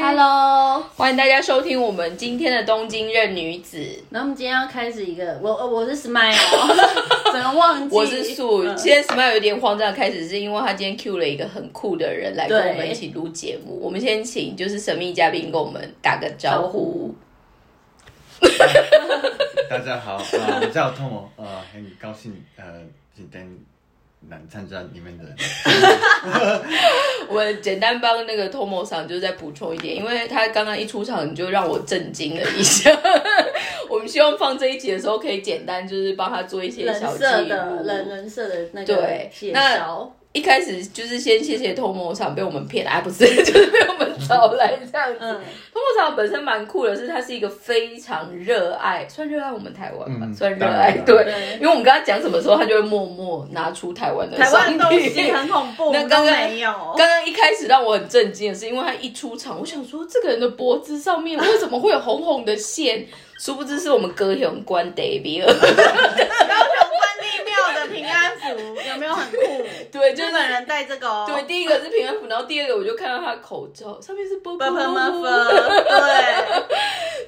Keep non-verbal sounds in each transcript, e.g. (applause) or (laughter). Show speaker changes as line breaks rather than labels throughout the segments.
Hello，
欢迎大家收听我们今天的《东京任女子》，
然后我们今天要开始一个，我呃我是 Smile，哦 (laughs) 怎么忘记？
我是素。
嗯
今天 Smile 有点慌张，开始是因为他今天 Q 了一个很酷的人来跟
对
我们一起录节目。我们先请就是神秘嘉宾跟我们打个招呼。
大家好，呃、我叫 Tom，呃，很高兴呃，今天来参加你们的，
我简单帮那个 Tomo 上就是再补充一点，因为他刚刚一出场你就让我震惊了一
(laughs)
下。我们希望放这一集的时候可以简单就是帮他做一些
人
小记
设的
录。
人人设的那个
对
介
那
绍，
一开始就是先谢谢 Tomo 上被我们骗了，啊不是，就是被我们找来这样子。 (laughs)
嗯，
泡沫厂本身蛮酷的是，它是一个非常热爱，算热爱我们台湾吧，
嗯
算热
当
爱
然
对。
对
因，为我们跟他讲什么时候，他就会默默拿出台湾的
台湾的
商
东
品
西很恐怖，
那
都
刚刚
没有，
刚刚一开始让我很震惊的是，因为他一出场，我想说这个人的脖子上面为什么会有红红的线？殊不知是我们歌雄关 David
高雄关帝庙的平安符有没有很酷？
对， (laughs) 就是
日本人戴这个哦， (laughs)
对，第一个是平安符，然后第二个我就看到他的口罩上面是波波
，purple
摩
m
呼
u，f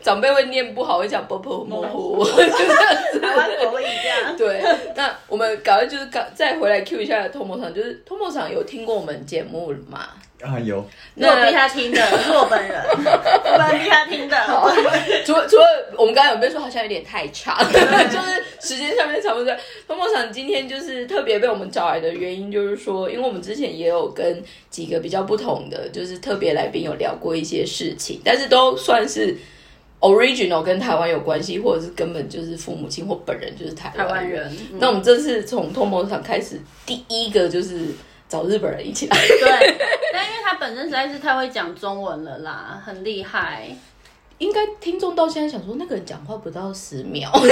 长辈会念不好，会讲波波模糊。
对，台湾国语这样，
(laughs) 对，那我们赶快就是赶再回来 Q 一下 Tomo 厂，就是 Tomo 厂有听过我们节目吗？
啊、有，
是我逼
那
他
(laughs)
听的，是我本人，我本人逼他听的，
(laughs) 除除了我们刚才有没有说好像有点太长， (laughs) 就是时间上面差不多。Tomo 厂今天就是特别被我们找来的原因，就是说，因为我们之前也有跟几个比较不同的，就是特别来宾有聊过一些事情，但是都算是。original 跟台湾有关系，或者是根本就是父母亲或本人就是台
台湾
湾人。
人，嗯
那我们这次从通谋厂开始，第一个就是找日本人一起来。 (laughs)
对，但因为他本身实在是太会讲中文了啦，很厉害，
应该听众到现在想说，那个人讲话不到十秒， (laughs) 所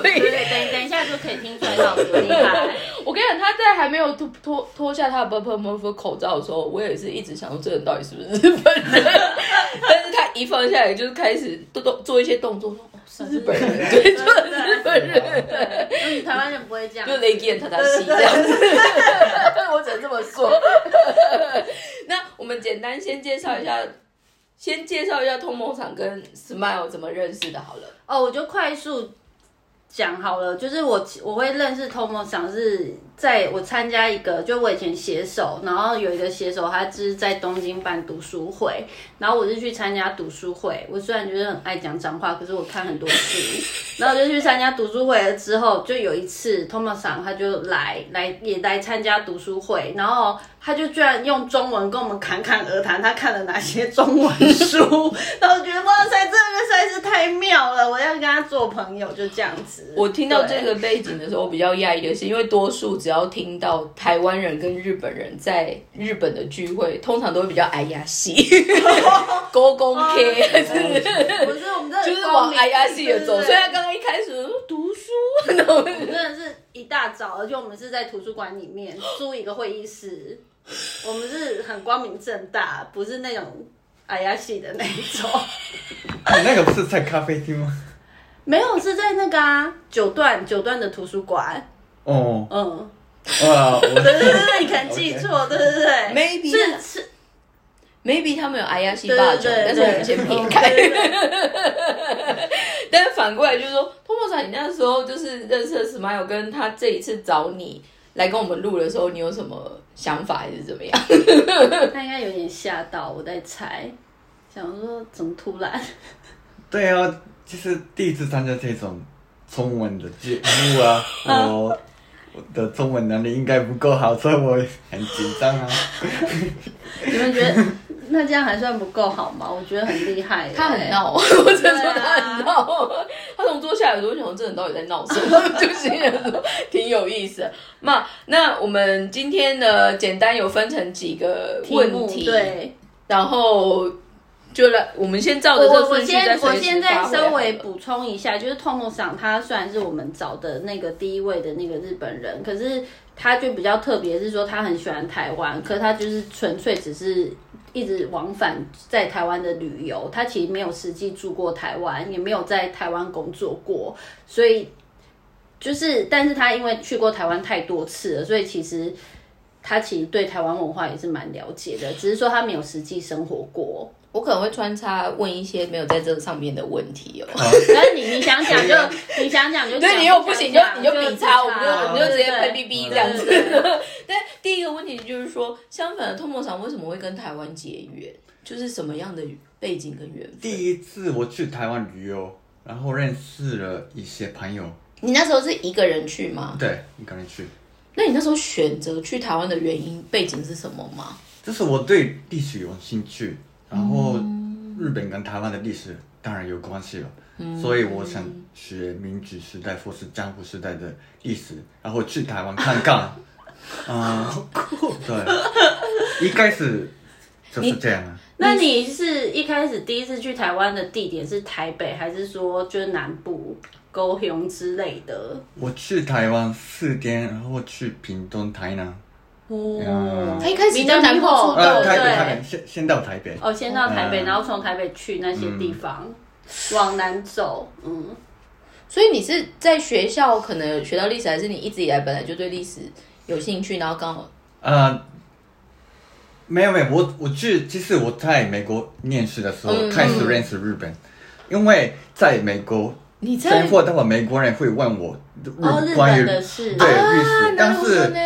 对
以
对，等等一下就可以听出来他有多厉害。
我跟你讲，他在还没有脱脱脱下他的 purple murphy 口罩的时候，我也是一直想说，这人到底是不是日本人？但是他一放下来，就是开始动动做一些动作，说哦，是日本人，对，就是日
(laughs)
本人，
对，嗯台湾人不会这样，
就 l e g i n 他他西这样子， (laughs) 我只能这么说。那我们简单先介绍一下，先介绍一下通梦厂跟 Smile 怎么认识的，好了。
哦，我就快速讲好了，就是我我会认识 Tomo 想是在我参加一个，就我以前写手，然后有一个写手他就是在东京办读书会，然后我就去参加读书会。我虽然就是很爱讲脏话，可是我看很多书， (laughs) 然后我就去参加读书会了之后，就有一次 Tomo 想他就来来也来参加读书会，然后他就居然用中文跟我们侃侃而谈，他看了哪些中文书， (laughs) 然后我觉得哇塞，这个实在是太妙了，我要跟他做朋友，就这样子。
我听到
对
这个背景的时候，我比较讶异的是，因为多数只要听到台湾人跟日本人在日本的聚会，通常都会比较哎呀戏， (laughs) 勾公 K，还是
不 (laughs) 是我们这
就是往哎呀戏的走。所以他刚刚一开始说读书，然后
我们真的是一大早，而且我们是在图书馆里面租一个会议室，我们是很光明正大，不是那种哎呀戏的那一种。
你啊那个不是在咖啡厅吗？
没有，是在那个啊九段九段的图书馆，
哦，
嗯，(laughs)
哇，
对对
我
对对，你可能记错，对对对
Maybe
是是，
maybe 他们有哎呀戏
对
霸
对
总，
对，
但是我们先撇开。
对对对
但是反过来就是说，通通长，你那时候就是认识了 Smile，跟他这一次找你来跟我们录的时候，你有什么想法还是怎么样？
他应该有点吓到，我在猜，想说怎么突然？ (laughs)
对啊，就是第一次参加这种中文的节目啊，我我的中文能力应该不够好，所以我很紧张啊。
你们觉得那这样还算不够好吗？我觉得很厉害、
他很，闹，我只能说他很
对啊
闹。他从坐下来的时候，我想说这人到底在闹什么？
(laughs)
就是说挺有意思的。那那我们今天呢，简单有分成几个
题
问
目
题，，
对。
然后就来，我们先照
我
着这
我我
顺序再
先我
随
现
时发
在
挥啊
稍微
好了
补充一下，就是痛痛赏他虽然是我们找的那个第一位的那个日本人，可是他就比较特别，是说他很喜欢台湾，可他就是纯粹只是一直往返在台湾的旅游，他其实没有实际住过台湾，也没有在台湾工作过，所以就是，但是他因为去过台湾太多次了，所以其实。他其实对台湾文化也是蛮了解的，只是说他没有实际生活过。
我可能会穿插问一些没有在这上面的问题
(laughs)
哦。
但是你你
(laughs)
想讲就你想讲就讲
对你又不行，就你就比叉，我们就
就
我们就直接喷 B
哔
B
哔
这样子。
对对对
但第一个问题就是说，相反的，通梦厂为什么会跟台湾结缘？就是什么样的背景跟缘分？
第一次我去台湾旅游，然后认识了一些朋友，
你那时候是一个人去吗？
对，一个人去。
那你那时候选择去台湾的原因背景是什么吗？
就是我对历史有兴趣，然后
嗯
日本跟台湾的历史当然有关系了，
嗯
所以我想学明治时代或是江户时代的历史，然后去台湾看
(laughs)
看。啊、对，一开始就是这样啊。
那你是一开始第一次去台湾的地点是台北，还是说就是南部高雄之类的？
我去台湾四天，然后去屏东、台南，
哦
嗯，
他一开始
你
在
的
南
迷
部
惑
出道
呃，
对
台北，
对
台北，先先到台北。
哦，先到台北，
嗯
然后从台北去那些地方，往南走，嗯，
所以你是在学校可能有学到历史，还是你一直以来本来就对历史有兴趣，然后刚好
呃，没有没有，我我去，其实我在美国念书的时候、
嗯
开始认识日本，因为在美国
你在
生活的话，美国人会问我日、
哦，日
关于
本的事，
对
啊
历史，
那
但
如果说
是
呢？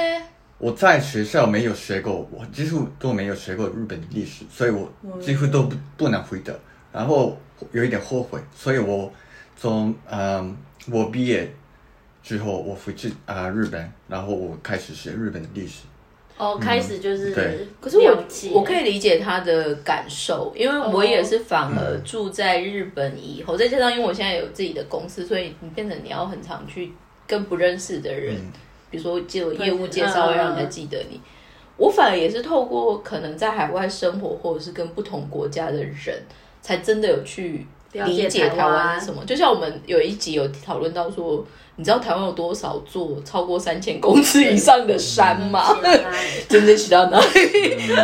我在学校没有学过，我几乎都没有学过日本历史，所以我
嗯
几乎都不不能回答，然后有一点后悔，所以我从嗯我毕业之后，我回去啊、呃日本，然后我开始学日本的历史。
哦，开始就是
嗯对，
可是我我可以
以，
理解哦他的感受，因为我也是反而住在日本以后，再加上因为我现在有自己的公司，所以你变成你要很常去跟不认识的人，
嗯
比如说借我业务介绍，会让人家记得你。我反而也是透过可能在海外生活，或者是跟不同国家的人，才真的有去
了
理
解
解
台
台湾
湾
是什么。就像我们有一集有讨论到说，你知道台湾有多少座超过三千公尺以上的山吗？
起来
真的骑到哪里？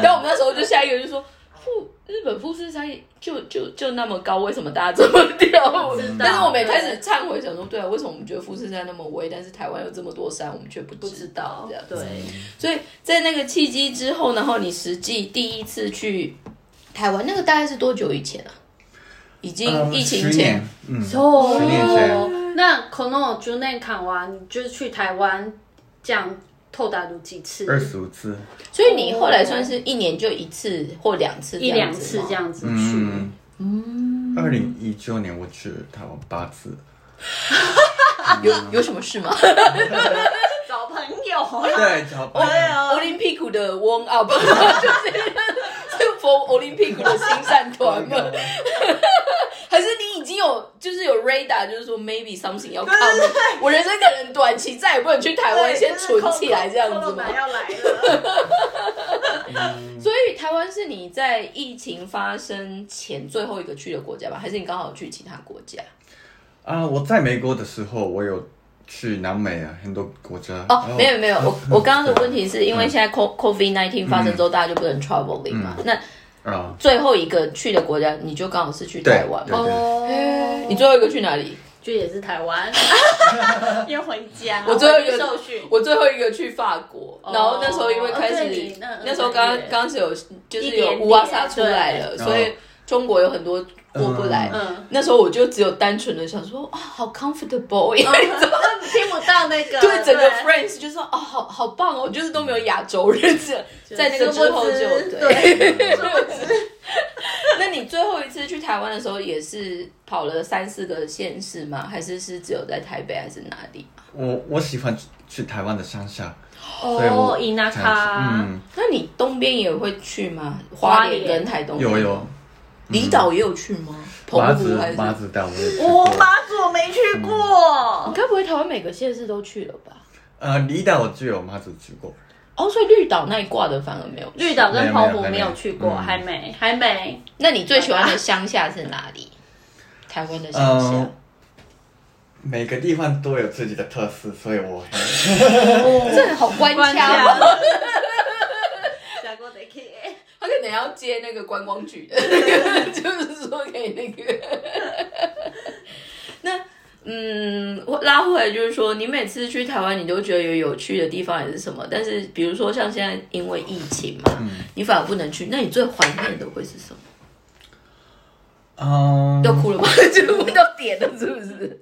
但我们那时候就下一个就说。富日本富士山就就就那么高，为什么大家这么掉？
知道
(laughs) 但是我们也开始忏悔，想说对啊，为什么我们觉得富士山那么威，但是台湾有这么多山，我们却不
不
知
知
道
道
这样，
对，
所以在那个契机之后，然后你实际第一次去台湾，那个大概是多久以前啊？已经
嗯
疫情
十
前
年，嗯，
哦
十年前，
那可能就那看完，你就是去台湾这样透打读几次，
二十五次，
所以你后来算是一年就一次或两次这
一
样
两
子吗，
次这样子去。
嗯，二零一九年我去台湾八次，
有有什么事吗？
找朋友
对，好棒，
(laughs) 奥林匹克的 warm up 就是是 for 奥林匹克的新善 (laughs) 团吗？还是你已经有就是有 radar，就是说 maybe something 要 come，我人生可能短期哎再也不能去台湾，先存起来这样子吗？
要来了，
所以台湾是你在疫情发生前最后一个去的国家吧？还是你刚好去其他国家？
啊！我在美国的时候，我有去南美啊，很多国家。然
哦，
后
没有没有，
(laughs)
我我刚刚的问题是因为现在 co covid nineteen 发生之后，大家就不能 traveling 嘛。那
啊，
最后一个去的国家，你就刚好是去
对
台湾嘛？
对
哦，
你最后一个去哪里？
就也是台湾， (laughs) 因为回家，
我最后一
回去
个
受训，
我最后一个去法国，然后那时候因为开
哦哦对
始
你那
那时候刚
对
刚是有就是
一
有
点点
乌瓦萨出来了，
对
所以中国有很多过不来。
嗯，
那时候我就只有单纯的想说，哇，啊好
哦
comfortable，因为
听不到那个，
对整个 France 就说，哦，好好棒哦，就是都没有亚洲人，这在那个之后就
殊不知
对。
对，
那你最后一次去台湾的时候，也是跑了三四个县市吗？还是是只有在台北还是哪里？
我我喜欢去去台湾的乡下，所以
哦
我，
伊那卡，
嗯，
那你东边也会去吗？花
花
莲
莲
跟台东
有有
离岛也有去吗？嗯澎
马
湖
子
还是？
马子岛我也去
我
过，
马祖没去过，
哦该不会台湾每个县市都去了吧？
呃，离岛我只有马子去过，
哦，所以绿岛那一挂的反而没有去。
绿岛跟澎
没
湖没
有没有
有去过，
嗯
还没，还没，
那你最喜欢 (laughs) 的乡下是哪里？台湾的乡下
嗯。，每个地方都有自己的特色，所以我很
哦这好官腔
关
(laughs)
家
哦，
了。下过得去
他可能要接那个观光局的， (laughs) 就是说给那个。那嗯，我拉回来就是说，你每次去台湾，你都觉得有有趣的地方还是什么？但是比如
嗯
说像现在因为疫情嘛，你反而不能去，那你最怀念的会是什么？
嗯，
要
(laughs)
哭了吗？全部都点了，是不是？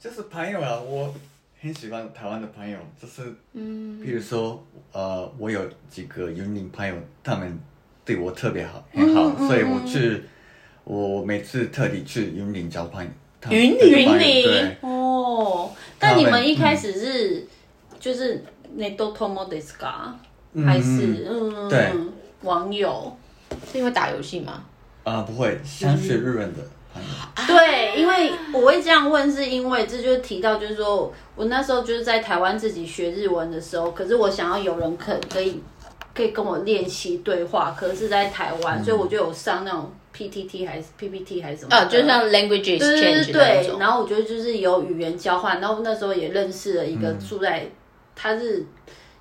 就是朋友啊，我很喜欢台湾的朋友，就是嗯，比如说呃，我有几个云林朋友，他们对我特别好，很好，所以我去，我每次特地去云林交朋友。他
云林
这个朋友
云林
对
哦，但你们一开始是就是那都 tomo d e s a
嗯
还是嗯
对
网友？
是因为打游戏吗？
啊、不会，想学日本的朋友，
对，因为我会这样问，是因为这就是提到，就是说我那时候就是在台湾自己学日文的时候，可是我想要有人可可以可以跟我练习对话，可是在台湾，所以我就有上那种 PTT 还是 PPT 还是什么的
啊，就像 language
对对
exchange
对
那
对，
种。
然后我觉得就是有语言交换，然后那时候也认识了一个住在，他是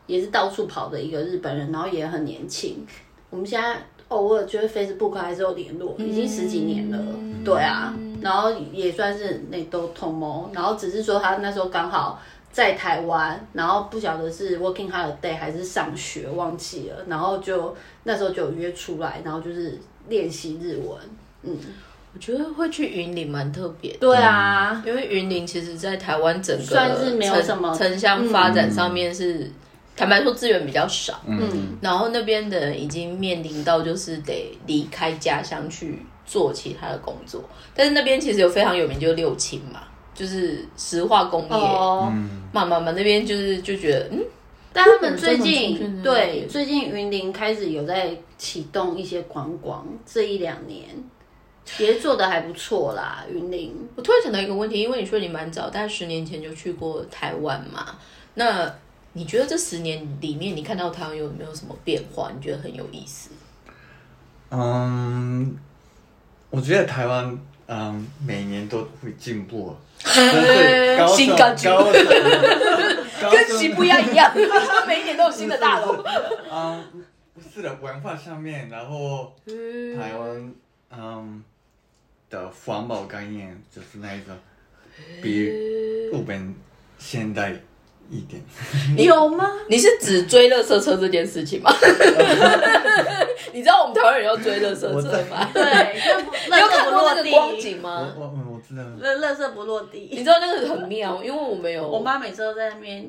也是到处跑的一个日本人，然后也很年轻。我们现在偶尔就是 Facebook 还是有联络，已经十几年了，对啊，然后也算是那都同谋，然后只是说他那时候刚好。在台湾，然后不晓得是 working holiday 还是上学，忘记了。然后就那时候就有约出来，然后就是练习日文。嗯，
我觉得会去云林蛮特别的，
对啊，
因为云林其实在台湾整个
算是没有
城
什么
城乡发展上面是，坦白说资源比较少，
嗯，
然后那边的人已经面临到就是得离开家乡去做其他的工作，但是那边其实有非常有名就是六轻嘛，就是石化工业，
哦，
慢慢慢那边就是就觉得嗯。
但他们最
日本真的很正确
近
呢
对最近云林开始有在启动一些观光，这一两年也做的还不错啦。云林
我突然想到一个问题，因为你说你蛮早，大概十年前就去过台湾嘛，那你觉得这十年里面，你看到台湾有没有什么变化？你觉得很有意思？
嗯，我觉得台湾嗯每年都会进步，啊就是高
新
中
感觉
高中高
跟
中
西不亚一样， (laughs) 每一年都有新的大楼。
嗯，是的，文化上面，然后台湾嗯的环保概念就是那一个比日本现代一点，
嗯
有吗？
(laughs) 你是只追垃圾车这件事情吗？ (laughs) 你知道我们台湾人要追垃圾车吗？
(laughs) 对，
你
垃
有
圾
看
不
过
落
那个
地，
光景
我
啊
吗？
我嗯我知道了。
垃垃圾不落
你
地。
知道那个很妙，因为我没有，
我妈每次都在那边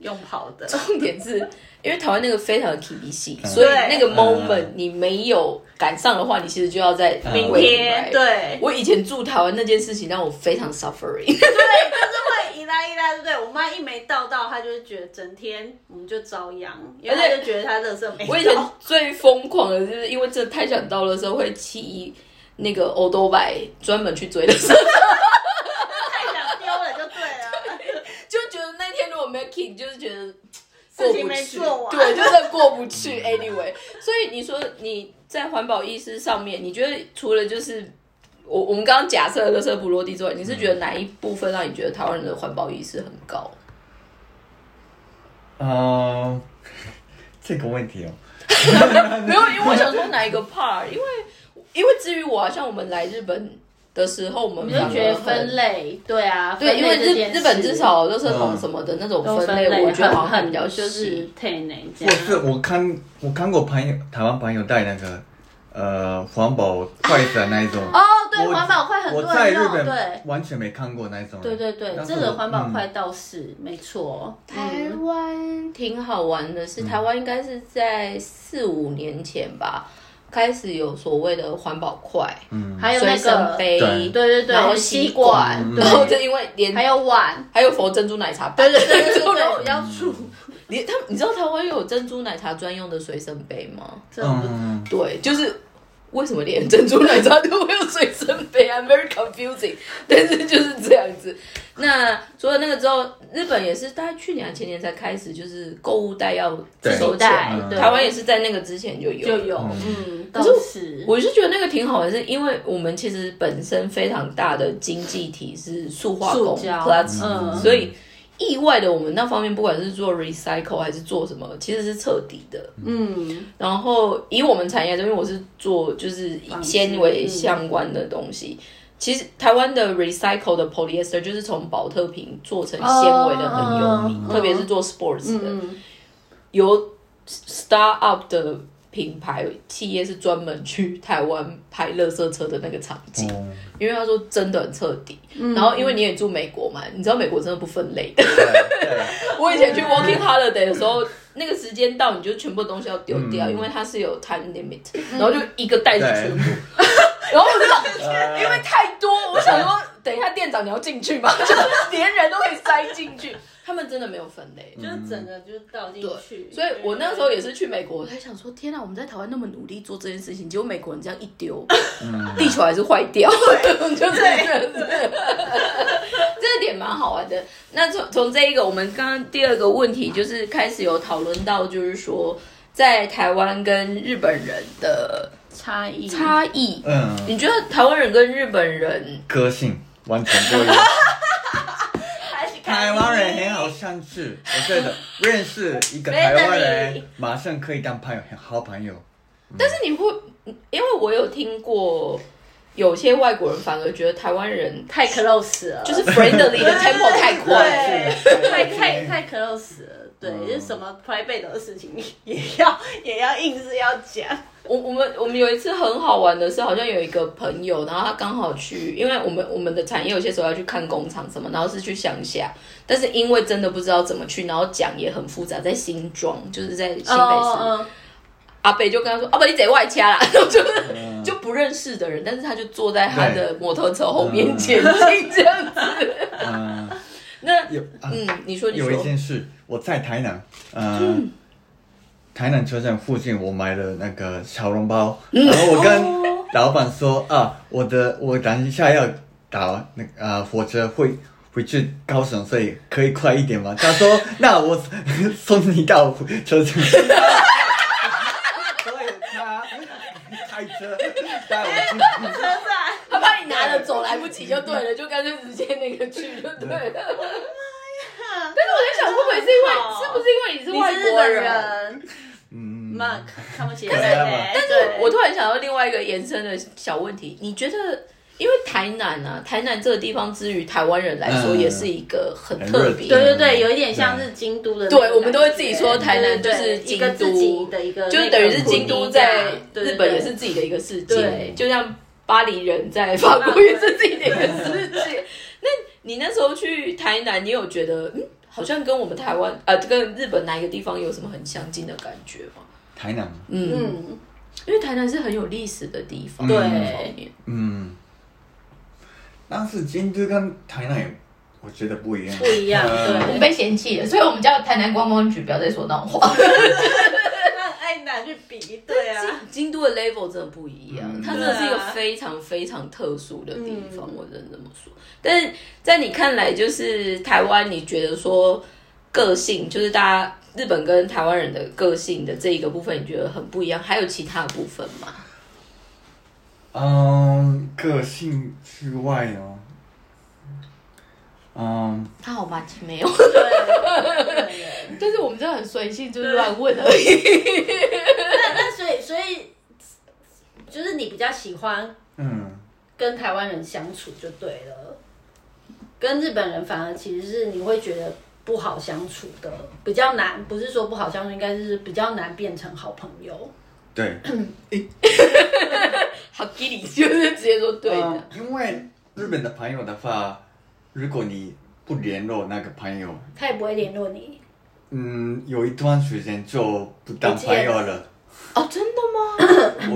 用跑 (laughs) 的，
重点是因为台湾那个非常的 K B 系，所以那个 moment 你没有赶上的话，你其实就要在
嗯
明
我
贴对，
我以前住台湾那件事情让我非常 suffering，
就是会一拉一拉，对不对？我妈一没到到，她就会觉得整天我们就遭殃，因为她就觉得她垃圾没
我以前
倒。
最疯狂的就是因为这太想到的时候会骑那个欧多拜专门去追的时候，
太想丢了就对了，
就觉得那天如果没有 king，就是觉得
事
过
情
不
没
去，
做完
对，就是过不去。Anyway，所以你说你在环保意识上面，你觉得除了就是我我们刚刚假设的垃圾不落地之外，你是觉得哪一部分让你觉得台湾人的环保意识很高？
嗯，这个问题哦，
没有，因为我想说哪一个 part，因为因为至于我啊，像我们来日本的时候，我们
你
反
就
而
觉得
很
分类，对啊，
对，因为
分类这件
日
事
日本至少垃圾桶什么的那种
都
分
类，
我觉得好像
很
比较细
就是太内这
我是
样。
我看我看过朋友台湾朋友带那个呃环保筷子的那一种，
哦，对，
我
环保筷很
我
多
在
人
日
用，对
本。完全没看过那一种。
对对对，
但是
这
我
个环保
嗯
筷倒是、没错。嗯
台湾挺好玩的是，台湾应该是在四五年前吧，开始有所谓的环保筷、
嗯，
还有
随
那
身
个，
杯，
对嗯对对，
然后吸
吸
管，
对，
然后就因为连
还有碗，
还有佛珍珠奶茶吧，
对对对 (laughs) 对对，比较粗。
(laughs)
嗯
你他你知道台湾有珍珠奶茶专用的随身杯吗？
这种
嗯，
对，就是为什么连珍珠奶茶都会有随身杯？I'm very confusing。但是就是这样子。那除了那个之后，日本也是大概去年还前年才开始，就是购物袋要
对
收
手
钱
袋
嘛。
对
台湾也是在那个之前就有。
嗯就有，嗯，倒是
我是觉得那个挺好的，是因为我们其实本身非常大的经济体是塑化工
塑胶
plastic，、
嗯
所以意外的我们那方面不管是做 recycle 还是做什么，其实是彻底的。
嗯，
然后以我们产业，因为我是做就是以纤维相关的东西，其实台湾的 recycle 的 polyester 就是从保特瓶做成纤维的，很有名，
哦嗯
特别是做 sports 的，
嗯
有 start up 的品牌企业是专门去台湾拍垃圾车的那个场景，
哦，
因为他说真的很彻底。然后因为你也住美国嘛，你知道美国真的不分类的。
对哦对，
我以前去 Working Holiday 的时候，那个时间到你就全部东西要丢掉，
嗯
因为它是有 time limit，然后就一个袋子全部
对。呃
然后我就想， (laughs) 因为太多，我想说，等一下店长你要进去吗？ (laughs) 就是连人都可以塞进去。他们真的没有分类，
就是整个就是倒进去。啊
所以我那时候也是去美国，我才想说，天啊，我们在台湾那么努力做这件事情，结果美国人这样一丢，地球还是坏掉， (laughs) 就是这样子。这点蛮好玩的。那从从这一个，我们刚刚第二个问题就是开始有讨论到，就是说在台湾跟日本人的
差异
差异。
嗯，
你觉得台湾人跟日本人
个性完全
(laughs)
不一样。
还是
台湾人很好相处，我觉得认识一个台湾人，马上可以当朋友，好朋友。
但是你会，因为我有听过，有些外国人反而觉得台湾人
太 close 了，
就是 friendly 的 tempo 太快，
对，太太太 close 了。对，
嗯
就是什么 private 的事情也要 (laughs) 也要硬是要讲。
我我们我们有一次很好玩的是，好像有一个朋友，然后他刚好去，因为我们我们的产业有些时候要去看工厂什么，然后是去乡下，但是因为真的不知道怎么去，然后讲也很复杂，在新庄，就是在新北市，
哦，
阿北就跟他说：“啊阿北你在外掐啦。” (laughs) 然后就是
嗯
就不认识的人，但是他就坐在他的摩托车后面前进这样子。
嗯，
那
有啊，
嗯，你说你
有一
说，
件事，我在台南，呃，台南车站附近，我买了那个小笼包，
嗯
然后我
哦
跟老板说啊，我的我等一下要打那个啊、火车会。回去高雄，所以可以快一点吗？他说：“那我送你到
(laughs)
车站。”所以他开车带我去 (laughs)
他怕你拿了走来不及就对了，就干脆直接那个去就对了。
嗯
但是我在想，会不会是因为
好
是不是因为你是
你是
外
日
国
本
人？
人
嗯，
，Mark 看不起
可
人
是
欸。
但
对
我突然想到另外一个延伸的小问题，你觉得？因为台南啊，台南这个地方之于台湾人来说，
嗯
也是一个很
很
特
热
别，
情
对对对，有一点像是京都的那种感觉。
对我们都会自己说台南
对
就是
对
京
一个自
都
己的一个，
就等于是京都在
对
日
对
本
对
也是自己的一个世界
对，
就像巴黎人在法国也是自己的一个世界。 (laughs) 那你那时候去台南，你有觉得嗯，好像跟我们台湾呃，跟日本哪一个地方有什么很相近的感觉吗？
台南，
嗯，
嗯，
因为台南是很有历史的地方，
对
这方面
嗯，但是京都跟台南也，我觉得不一样，
不一样
呃
对
我们被嫌弃了，所以我们叫台南观光局不要再说那种话。
那爱拿去比，对啊，
京都的 level 真的不一样，
嗯
它真的是一个
对啊
非常非常特殊的地方，
嗯
我只能这么
啊
说。但是在你看来，就是台湾，你觉得说个性，就是大家日本跟台湾人的个性的这一个部分，你觉得很不一样，还有其他的部分吗？
嗯，个性之外哦，嗯，
他好吧，没 (laughs) 有，
对。
但是我们真的很随性，就是乱问而已。
那 (laughs) 那所以所以就是你比较喜欢
嗯，
跟台湾人相处就对了，跟日本人反而其实是你会觉得不好相处的，比较难，不是说不好相处，应该是比较难变成好朋友。
对，
(laughs) 好吉里就是直接说对的。
嗯因为日本的朋友的话，如果你不联络那个朋友，
他也不会联络你，
嗯，有一段时间就不当朋友了。
哦，真的吗？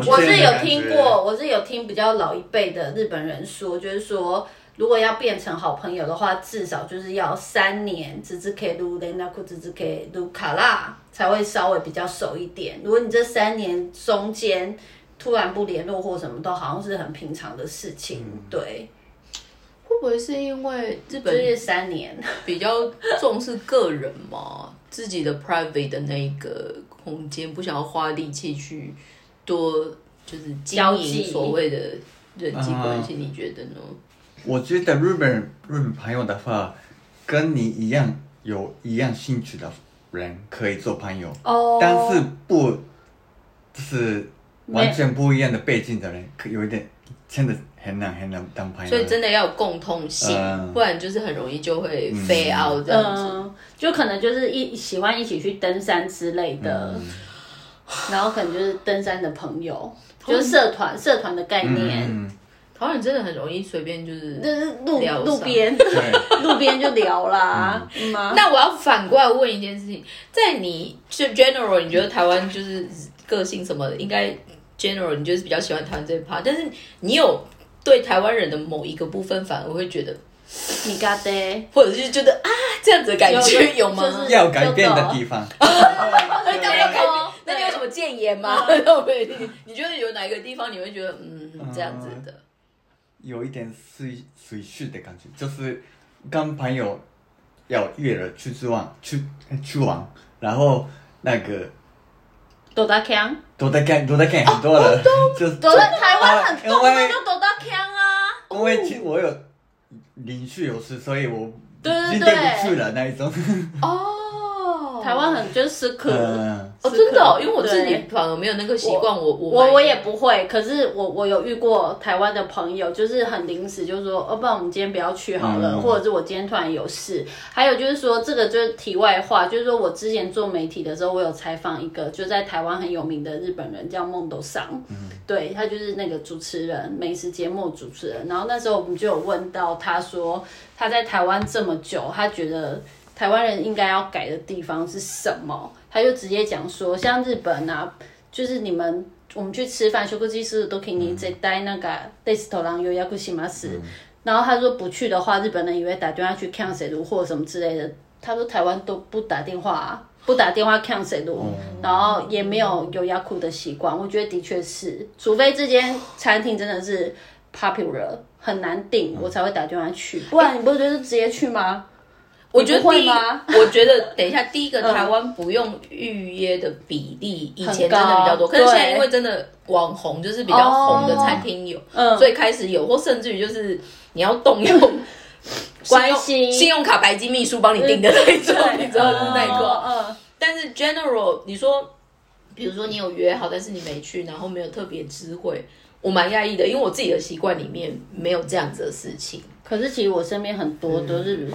我是有
这样
听
的感觉
过，，我是有听比较老一辈的日本人说，就是说，如果要变成好朋友的话，至少就是要三年，只只可以撸雷纳库，只只可以撸卡拉，才会稍微比较熟一点。如果你这三年中间突然不联络或什么，都好像是很平常的事情。对，
会不会是因为日
就
本
是三年。
比较重视个人嘛，自己的 private 的那一个空间，不想要花力气去多就是经
交
营
际
所谓的人际关系，
啊
你觉得呢？
我觉得日本人日本朋友的话，跟你一样有一样兴趣的人可以做朋友。
哦
但是不，就是完全不一样的背景的人，可有一点真的很难很难当朋友。
所以真的要有共通性，
嗯
不然就是很容易就会 fail
嗯
out 这样子。
嗯，就可能就是一喜欢一起去登山之类的。
然后可能就是登山的朋友，
哦
就是社团社团的概念，
嗯，嗯
台湾人真的很容易随便就是
就是路
疗伤
路边 (laughs) 路边就聊啦，嗯吗？
那我要反过来问一件事情，在你就 general，你觉得台湾就是个性什么的，应该 general 你就是比较喜欢台湾这一趴，但是你有对台湾人的某一个部分反而会觉得，
你嘎得。
或者是觉得啊这样子的感
有
觉
有
有吗？
就是
要改变的地
(laughs)
方，
那你有没有看
哦
那你有
对
什么建言吗？对，你觉得有哪一个地方你会觉得嗯这样子的？
有一点随随序的感觉，就是跟朋友要约了去吃玩去去玩，然后那个
躲大枪，
都在干都在干很多
哦
人， (laughs) 就是
躲在台湾很
啊
多，
因
那
为
就躲大枪啊。
因为其我有邻居有事，所以我
对对
进
对
不去了那一种。 (laughs)
哦
台湾很就是死磕，
嗯，
哦
死磕
真的哦，因为我自己
对
反而没有那个习惯，我我
我
蛮
我也不会，可是我我有遇过台湾的朋友，就是很临时，就说，哦，不然我们今天不要去好了，
嗯
或者是我今天突然有事。还有就是说，这个就是题外话，就是说我之前做媒体的时候，我有采访一个就在台湾很有名的日本人，叫孟德桑，对他就是那个主持人，美食节目主持人。然后那时候我们就有问到他说，他在台湾这么久，他觉得台湾人应该要改的地方是什么？他就直接讲说，像日本啊，就是你们我们去吃饭，修哥技师都可以在带那个 d e s t o r a n 有要去西马斯。然后他说不去的话，日本人也会打电话去看谁如或什么之类的。他说台湾都不打电话、啊，不打电话看谁如，然后也没有有压库的习惯。我觉得的确是，除非这间餐厅真的是 popular 很难订，我才会打电话去，不然你不就是直接去吗？
我觉得
你不会
第一
吗，
我觉得等一下，第一个台湾不用预约的比例以前真的比较多，
很高
可是现在
对
因为真的网红就是比较红的餐厅有，所以开始有，或甚至于就是你要动 (laughs) 用
关
信嗯用
系
信用卡白金秘书帮你订的那种，你知道就是那一个。
嗯，
但是 general，你说，比如说你有约好，但是你没去，然后没有特别知会，我蛮讶异的，因为我自己的习惯里面没有这样子的事情。
可是其实我身边很多都是，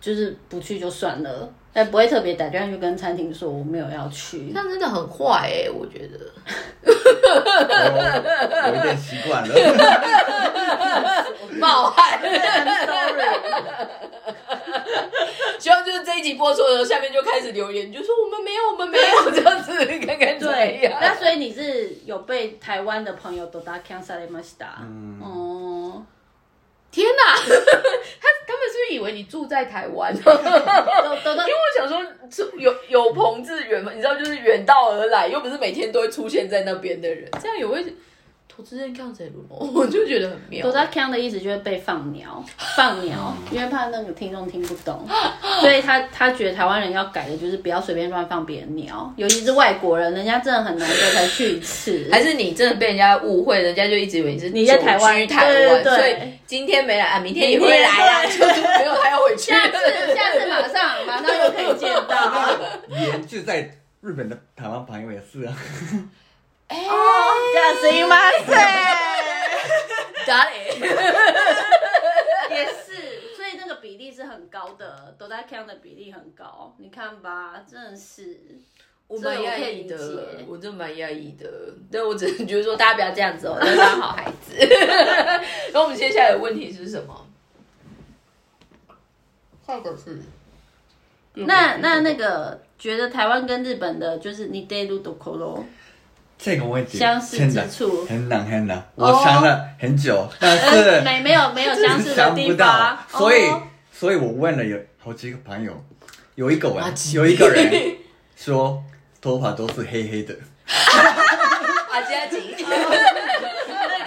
就是不去就算了，但不会特别打电话去跟餐厅说我没有要去。
那真的很坏哎、我觉得。
我有点习惯了。 (laughs)
冒汗。
sorry，
希望就是这一集播出的时候，下面就开始留言，就说我们没有，我们没有这样子， (laughs) 看看怎么
对，那
样。
所以你是有被台湾的朋友都打 cancel 了吗？嗯，哦，
天哪，他他们是不是以为你住在台湾？ (laughs) 因为
都都都
我想说，有有朋自远嘛，你知道，就是远道而来，又不是每天都会出现在那边的人，这样也会投资人看谁如梦，我 (laughs) 就觉得很妙
都。在 c 的意思就是被放鸟，放鸟，因为怕那个听众听不懂，所以他他觉得台湾人要改的就是不要随便乱放别人鸟，尤其是外国人，人家真的很难得才去一次，
还是你真的被人家误会，人家就一直以为你是
你在台湾
久居台湾，
对对对
所以今天没来啊，明天也会来啊，
明
就是没有他要回去。
下次
(laughs)
下次马上马上就可以见 (laughs) 到。
延续在日本的台湾朋友也是啊，
这是吗？
打嘞。
(laughs) 也是，所以那个比例是很高的，都在 count 的比例很高。你看吧，真的是，
我蛮
这我可
讶
以
异
理
的
解，
我真的蛮讶异的。但我只是觉得说，大家不要这样子哦，要当好孩子。 (laughs) 那我们接下来的问题是什么？下一个是
那那那个觉得台湾跟日本的，就是你 day do do o
(laughs)
o
这个问题
相似
真的
之处，
很难很难，我想了很久，但
哦呃，
是
没没有没有相似的
想不
地方
到，，所以
哦
所以我问了有好几个朋友，有一个
阿
人
吉
有一个人说头发都是黑黑的，
阿加吉。
那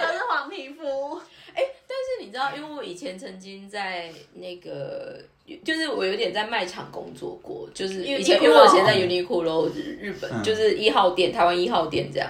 个是黄皮肤，
但是你知道，因为我以前曾经在那个，就是我有点在卖场工作过，就是以前
Uniqlo
因为我以前在 Uniqlo 日本，
嗯
就是一号店，台湾一号店这样。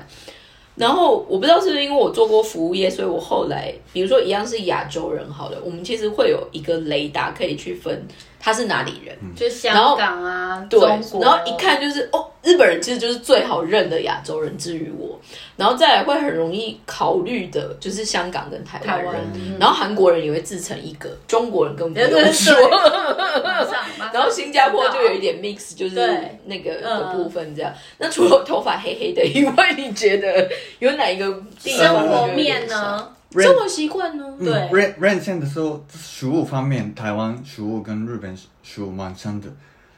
然后我不知道是不是因为我做过服务业，所以我后来，比如说一样是亚洲人好了，我们其实会有一个雷达可以去分他是哪里人。
就香港啊，
对
中国，
然后一看就是哦，日本人其实就是最好认的亚洲人之于我，然后再来会很容易考虑的就是香港跟台湾
台
人，
湾
然后韩国人也会自成一个，中国人根本不
对
用说。
马上马上
然后新加坡就有一点 mix，就是
对
那个
嗯
的部分这样。那除了头发黑黑的以外，你觉得有哪一个嗯地方
生活面？呢，
Ren-
生活习惯呢？
对
嗯 r a n r a n 线的时候，食物方面，台湾食物跟日本食物蛮像的，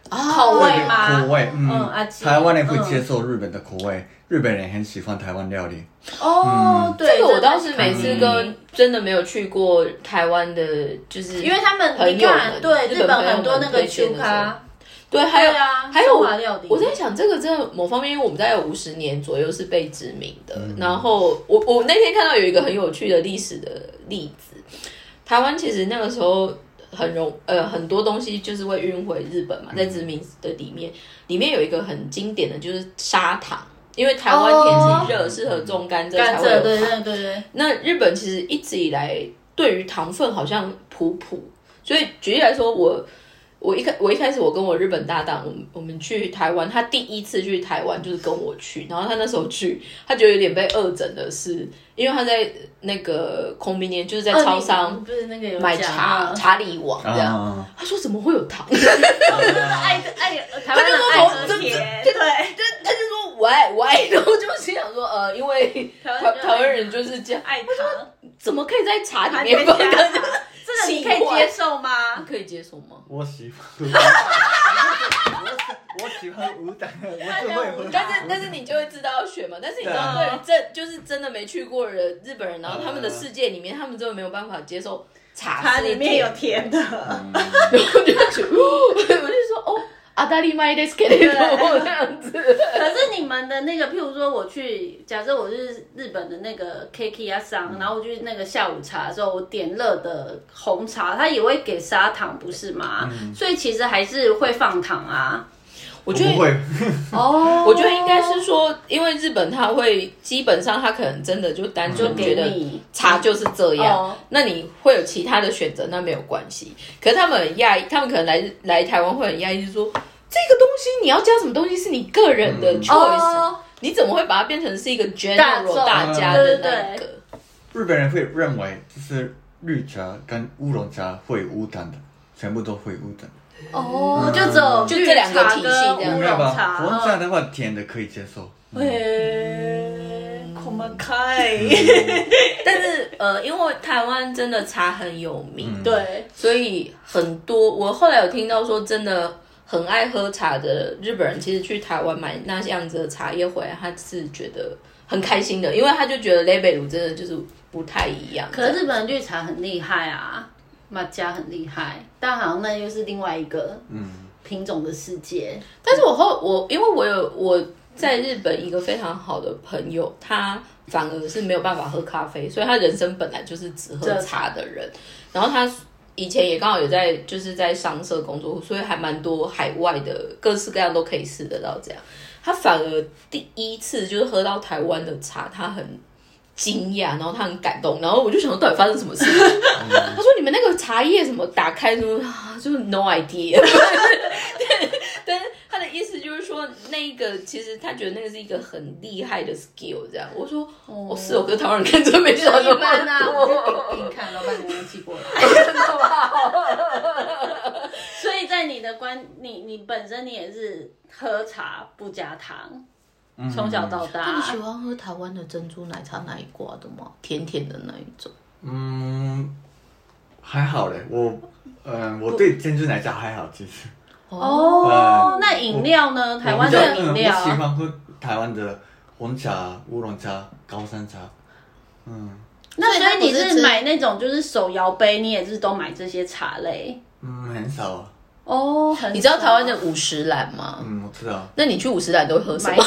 啊
口味
对
吗
口味，嗯，
嗯阿基
台湾人会
嗯
接受日本的口味，日本人很喜欢台湾料理，
哦，对，
这个我
真的嗯
倒是每次跟真的没有去过台湾的，就是
因为他们
朋
你
友
看，
们
对
日
日
本
本
朋友
很多
们
那个
推荐
Q
的时候
咖，
对，还有
对啊
还有
中华料理
我在想这个真的某方面，因为我们大概有五十年左右是被殖民的。然后我我那天看到有一个很有趣的历史的例子，台湾其实那个时候很容呃很多东西就是会运回日本嘛，在殖民的里面，里面有一个很经典的就是砂糖。因为台湾天气热，适合种甘蔗才
哦甘
会
蔗，
有
对
糖
对对对，
那日本其实一直以来对于糖分好像普普，所以举例来说，我我一开我一开始我跟我日本搭档，我们我们去台湾，他第一次去台湾就是跟我去，然后他那时候去，他觉得有点被恶整的是，因为他在那个 c o n v e n i e n 就是在
哦
超
你
商
不是那个有
买
讲
茶
嗯啊
茶里王这样，
啊，
他说怎么会有
(laughs)
糖？
爱爱台湾人
说
爱
从这
喝
这
甜，
这
对，
就他就说 why why，然后我就心想说呃，因为
台湾
台
人
台湾人就是这样，
爱糖，
怎么可以在茶
还
里面
添加
放
糖，
糖？
这个你可以接受吗？
可以接受吗？
我喜欢， (laughs) 我喜欢无糖，我是会喝，
但是但是你就会知道要选嘛。但是你知道，对
对
于真就是真的没去过的日本人，然后他们的世界里面，他们真的没有办法接受茶
它
是
(laughs) 里面有甜的，
甜的，然后我就觉得，我就说哦。阿达利麦 this 给你这样子，
(laughs) 可是你们的那个，譬如说我去，假设我是日本的那个 K K 啊
嗯
桑，然后我去那个下午茶的时候，我点热的红茶，它也会给砂糖，不是吗？
嗯
所以其实还是会放糖啊。
(laughs) 我
我
觉得
不会，
哦，
我觉得应该是说，因为日本他会基本上他可能真的就单纯觉
给
得
你
茶就是这样，
哦
那你会有其他的选择，那没有关系。可是他们很讶异，他们可能来来台湾会很讶异，就是说这个东西你要加什么东西是你个人的 choice，、
哦，
你怎么会把它变成是一个 general
大众
大家的
对
那
对对
个？
日本人会认为就是绿茶跟乌龙茶会无糖的，全部都会无糖。
哦，就只有
嗯就这两个体系这样
绿茶嗯跟乌
没有
龙
吧？
茶。
红茶的话，甜的可以接受。
诶，孔门开，
但是呃，因为台湾真的茶很有名，
嗯
对，
所以很多我后来有听到说，真的很爱喝茶的日本人，其实去台湾买那样子的茶叶回来，他是觉得很开心的，因为他就觉得雷贝鲁真的就是不太一样。
可是日本绿茶很厉害啊，马加很厉害，但好像那又是另外一个
嗯，
品种的世界。
但是我后我因为我有我在日本一个非常好的朋友，他反而是没有办法喝咖啡，所以他人生本来就是只喝茶的人。然后他以前也刚好有在就是在商社工作，所以还蛮多海外的各式各样都可以试得到这样。他反而第一次就是喝到台湾的茶，他很惊讶，然后他很感动，然后我就想说到底发生什么事？他说你们那个茶叶什么打开什么， (laughs) 啊就是 no idea。但是他的意思就是说，那一个其实他觉得那个是一个很厉害的 skill，这样。我说，哦，是哦，可是台湾人看真没想到
一
那
(laughs) 般
么
啊，
多。
我就给你看，老板娘寄过来，所以在你的观，你你本身你也是喝茶不加糖，
嗯
嗯从小到
那你
大
喜。欢喝台湾的珍珠奶茶那一挂的吗？甜甜的那一种。
嗯，还好嘞，我嗯，我对珍珠奶茶还好，其实。呃
哦，那饮料呢？台湾的饮
嗯
料
我喜欢喝台湾的红茶、乌龙茶、高山茶。嗯
那所以你
所以它不是
是
吃
买那种就是手摇杯，你也是都买这些茶类
嗯，很少啊。
哦。很
你知道
少
台湾的五十岚吗？
嗯，我知道。
那你去五十岚都会喝什
买
么？
(laughs)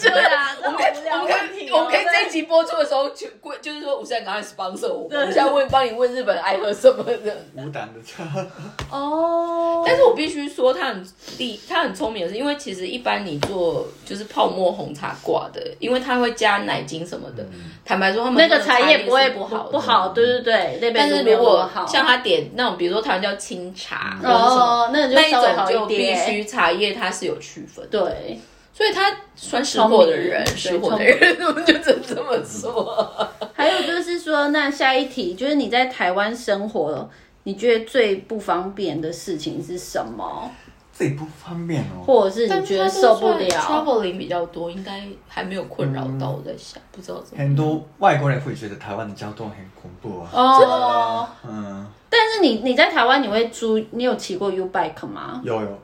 对啊，我
我
哦
们可以，我们可以，我们可以这一集集播出的时候，就规就是说，吴三赶快 sponsor 我们，我们现在问帮你问日本人爱喝什么的。
无胆的茶， (laughs)
哦，
但是我必须说，他很厉，他很聪明的是，因为其实一般你做就是泡沫红茶挂的，因为它会加奶精什么的。坦白说，他们
那个茶叶不会
不
不
好的
不好，对对对，
但
那边
是
没有
如
那么
果
好
像他点那种，比如说台湾叫清茶，或者什么
哦，那个
那
就稍微
一种
好
就
一
必
点，
须茶叶它是有区分的，
对，
所以他算识货的人，
聪明
识货的人， (laughs) 我们就只能这么 (laughs) 说。
还有就是说，那下一题就是你在台湾生活，你觉得最不方便的事情是什么？
最不方便哦。
或者是你觉得受不了？
traveling 比较多，应该还没有困扰到。我在想，不知道怎么。
很多外国人会觉得台湾的交通很恐怖啊。
哦，
嗯，
但是你你在台湾你会租，你有骑过 U bike 吗？
有有，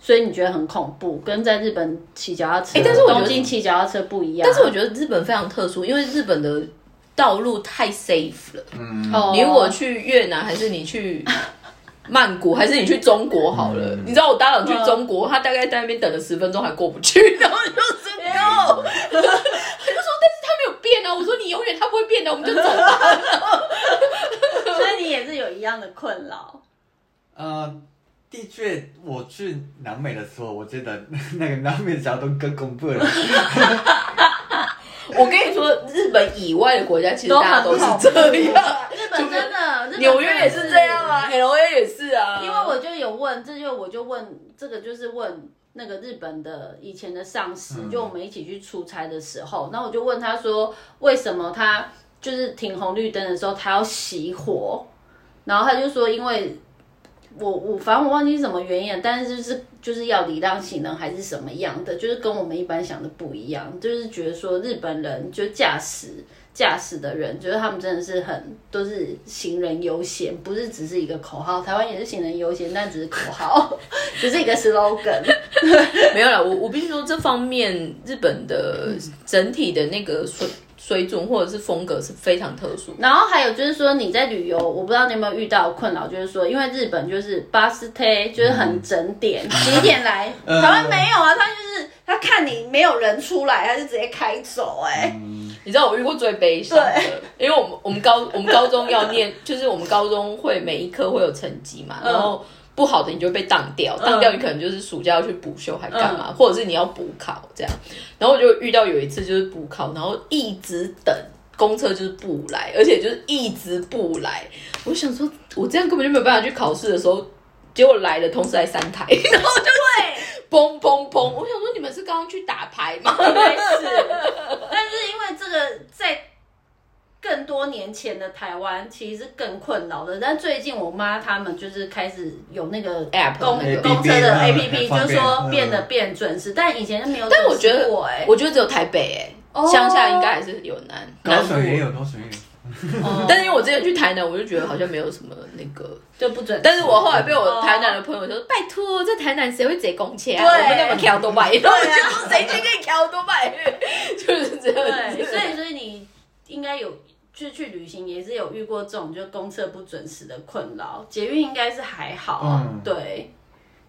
所以你觉得很恐怖，跟在日本骑脚踏车，
诶但是我觉得
东京骑脚踏车不一样。
但是我觉得日本非常特殊，因为日本的道路太 safe 了。
嗯，
哦
你如果去越南，还是你 (laughs) 去曼谷，还是你去中国好了？
嗯
你知道我搭档去中国，他大概在那边等了十分钟还过不去，然后我就是没有，他就说但是他没有变啊。我说你永远他不会变的，我们就走吧。
所以你也是有一样的困扰。
呃，的确，我去南美的时候，我觉得 (laughs) 那个南美的交通更恐怖了。
我跟你说，日本以外的国家其实
都
大家
很
都是
恐怖
这样，
日本真的，日本
纽约也
真的
是这样啊，L A 也是啊。
因为我就有问，这就我就问这个就是问那个日本的以前的上司，
嗯
就我们一起去出差的时候，然后我就问他说，为什么他就是停红绿灯的时候他要熄火，然后他就说因为。我我反正我忘记是什么原因了，但是就是就是要礼让行人还是什么样的，就是跟我们一般想的不一样，就是觉得说日本人就驾驶驾驶的人，觉得他们真的是很都是行人优先，不是只是一个口号。台湾也是行人优先，但只是口号， (laughs) 只是一个 slogan。
没有啦，我我必须说这方面日本的整体的那个水水准或者是风格是非常特殊。
然后还有就是说你在旅游，我不知道你有没有遇到困扰，就是说因为日本就是巴士贴就是很整点，几点来？台
嗯 (laughs)
湾没有啊，他就是他看你没有人出来，他就直接开走、哎、
嗯，
你知道我遇过最悲伤的，因为我们我们高我们高中要念， (laughs) 就是我们高中会每一科会有成绩嘛，
嗯
然后不好的你就会被当掉，当掉你可能就是暑假要去补修还干嘛，或者是你要补考这样。然后我就遇到有一次就是补考，然后一直等。公车就是不来，而且就是一直不来。我想说，我这样根本就没有办法去考试的时候，结果来了，同时来三台，然后就对，砰砰砰！我想说，你们是刚刚去打牌吗？
应该是，但是因为这个在更多年前的台湾其实是更困扰的，但最近我妈他们就是开始有那个
App
公
那个
公车的
APP 嗯
APP，就是说
嗯
变得变准时，但以前没有准
但
时
我觉得
过哎，
我觉得只有台北哎、
哦
乡下应该还是有南
高
南部
雄也，有，高雄也有。
哦
但是因为我之前去台南，我就觉得好像没有什么那个。
就不准时。
但是我后来被我台南的朋友说：“拜托，在台南谁会贼公车啊？
对啊
我们那么挑多拜，然后我就说谁去跟你挑多拜，就是这样
对，
子。
所以所以你应该有。去去旅行也是有遇过这种，就公车不准时的困扰，捷运应该是还好啊。
嗯
对，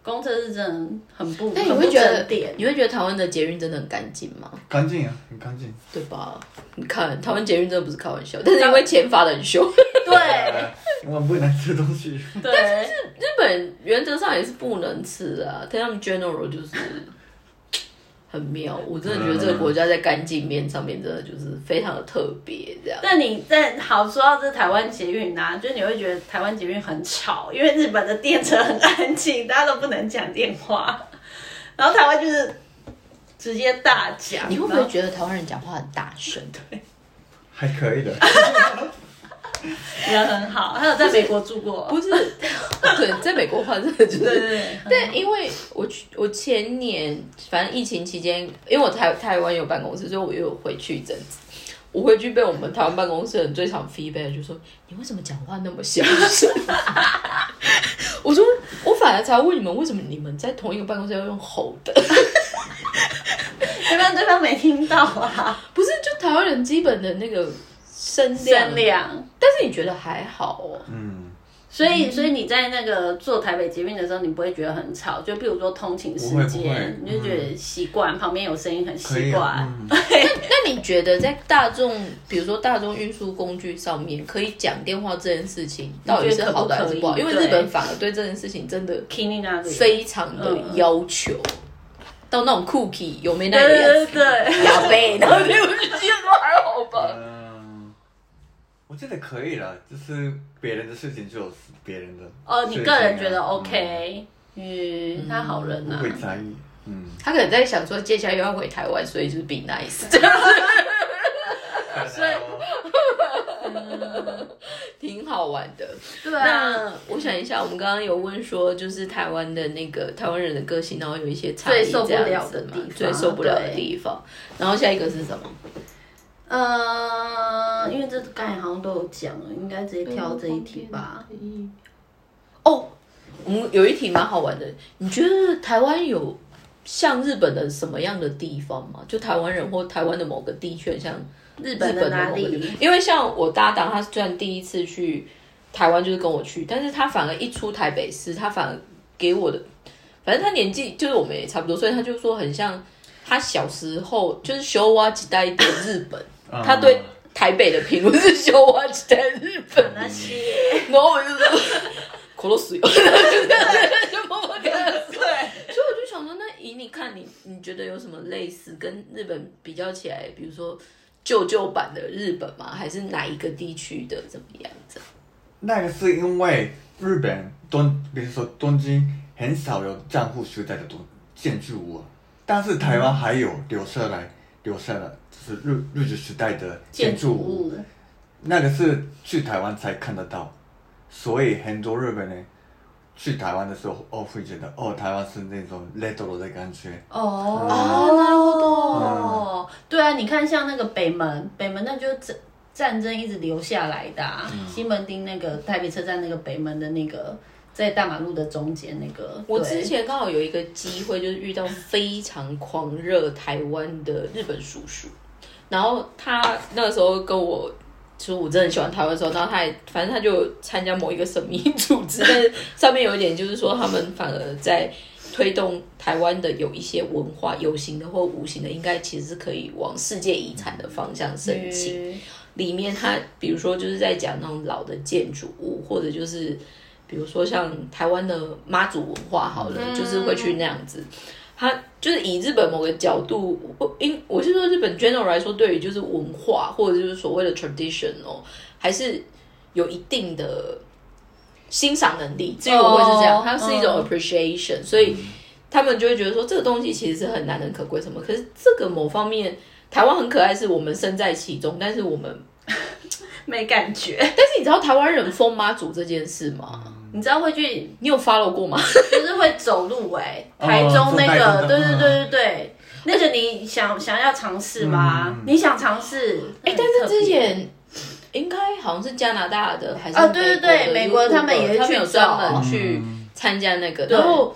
公车是真的很不，
但你
很
会
不
觉得
准点，
你会觉得台湾的捷运真的很干净吗？
干净啊， (laughs) 很干净。
对吧？你看台湾捷运真的不是开玩笑，但是因为钱罚的很凶。
对，
(laughs) 我不能吃东西。 (laughs)
对，
日本原则上也是不能吃的啊，但他们 general 就是很妙。我真的觉得这个国家在干净面上面真的就是非常的特别，这样。
但你在好说到这台湾捷运啊，就你会觉得台湾捷运很吵，因为日本的电车很安静，大家都不能讲电话，然后台湾就是直接大讲。
你会不会觉得台湾人讲话很大声？
还可以的，
人很好？他有在美国住过，
不是，对，在美国话真的就
对
是。
对对，
但因为我去，我前年反正疫情期间，因为我台台湾有办公室，所以我又回去一阵子。我回去被我们台湾办公室的人最常 feedback 就说你为什么讲话那么小声？我说我反而才问你们为什么你们在同一个办公室要用吼的？
要不然对方没听到啊。
不是就台湾人基本的那个声量？
声量，
但是你觉得还好哦？
嗯，
所以，所以你在那个坐台北捷运的时候，你不会觉得很吵？就比如说通勤时
不会不会
间，你就觉得习惯，旁边有声音很
可
习
以啊。
惯。
嗯
那你觉得在大众，比如说大众运输工具上面，可以讲电话这件事情，到底是好的还是不好？
你
因
觉
为
得可不可以啊
日本反而对这件事情真的
k i n i 那里
非常的要求，到那种 cookie 有没那
对对
个
对对，
亚贝，然后就记得说还好吧。
嗯，我觉得可以了，就是别人的事情就是别人的事情啊。
哦，你个人觉得 OK？嗯，他好人
嗯
呐
不。会在意。嗯，
他可能在想说，接下来又要回台湾，所以就是 be
(laughs)
nice，
所以
挺好玩的。
对啊，
那我想一下，我们刚刚有问说，就是台湾的那个台湾人的个性，然后有一些差异，
最受不了的
这样子嘛
地方
最受不了的地方。然后下一个是什么？
呃，因为这刚才好像都有讲了，应该直接跳这一题吧。
哦，我们有一题蛮好玩的，你觉得台湾有像日本的什么样的地方吗？就台湾人或台湾的某个地区，很像
日
日
本的哪
某个地
里？
因为像我搭档，他虽然第一次去台湾就是跟我去，但是他反而一出台北市，他反而给我的，反正他年纪就是我们也差不多，所以他就说很像他小时候就是修哇几代的日本，他对台北的评论是修哇几代日本，(laughs)
那些
然后我就说。口都死了，就是就默默跟他说，所以我就想说，那以你看你，你觉得有什么类似跟日本比较起来，比如说旧旧版的日本吗？还是哪一个地区的怎么样子？
那个是因为日本东，比如说东京很少有战户时代的东建筑物、啊，但是台湾还有留下来留下来就是日日治时代的建
建
筑
筑
物，
物，
那个是去台湾才看得到，所以很多日本人去台湾的时候，哦会觉得哦台湾是那种 retro 的感觉，嗯
哦，
啊
然后对啊，你看像那个北门，北门那就是战战争一直留下来的、啊，
嗯
西门町那个台北车站那个北门的那个，在大马路的中间那个，
我
对
之前刚好有一个机会，就是遇到非常狂热台湾的日本叔叔，然后他那个时候跟我说我真的很喜欢台湾的时候，然后他也反正他就参加某一个神秘组织，但是上面有一点就是说他们反而在推动台湾的有一些文化，有形的或无形的，应该其实是可以往世界遗产的方向申请。里面它比如说就是在讲那种老的建筑物，或者就是比如说像台湾的妈祖文化好了，就是会去那样子。它就是以日本某个角度，我因我是说日本 general 来说，对于就是文化或者就是所谓的 traditional，还是有一定的欣赏能力。至于我会是这样，
哦
它是一种 appreciation，、所以他们就会觉得说这个东西其实是很难能可贵什么。可是这个某方面，台湾很可爱，是我们身在其中，但是我们
没感觉，
但是你知道台湾人封妈祖这件事吗？
你知道会去，
你有 follow 过吗？
就是会走路哎、
哦
台中那
走台中的
个，对对对对对。那个你想想要尝试
(laughs)
吗？
嗯
你想尝试？
哎、
哎
但是之前应该好像是加拿大的还是
啊对对对
美
美国
的 YouTuber，
他们也会
他们
去
有专门去参加那个，然后。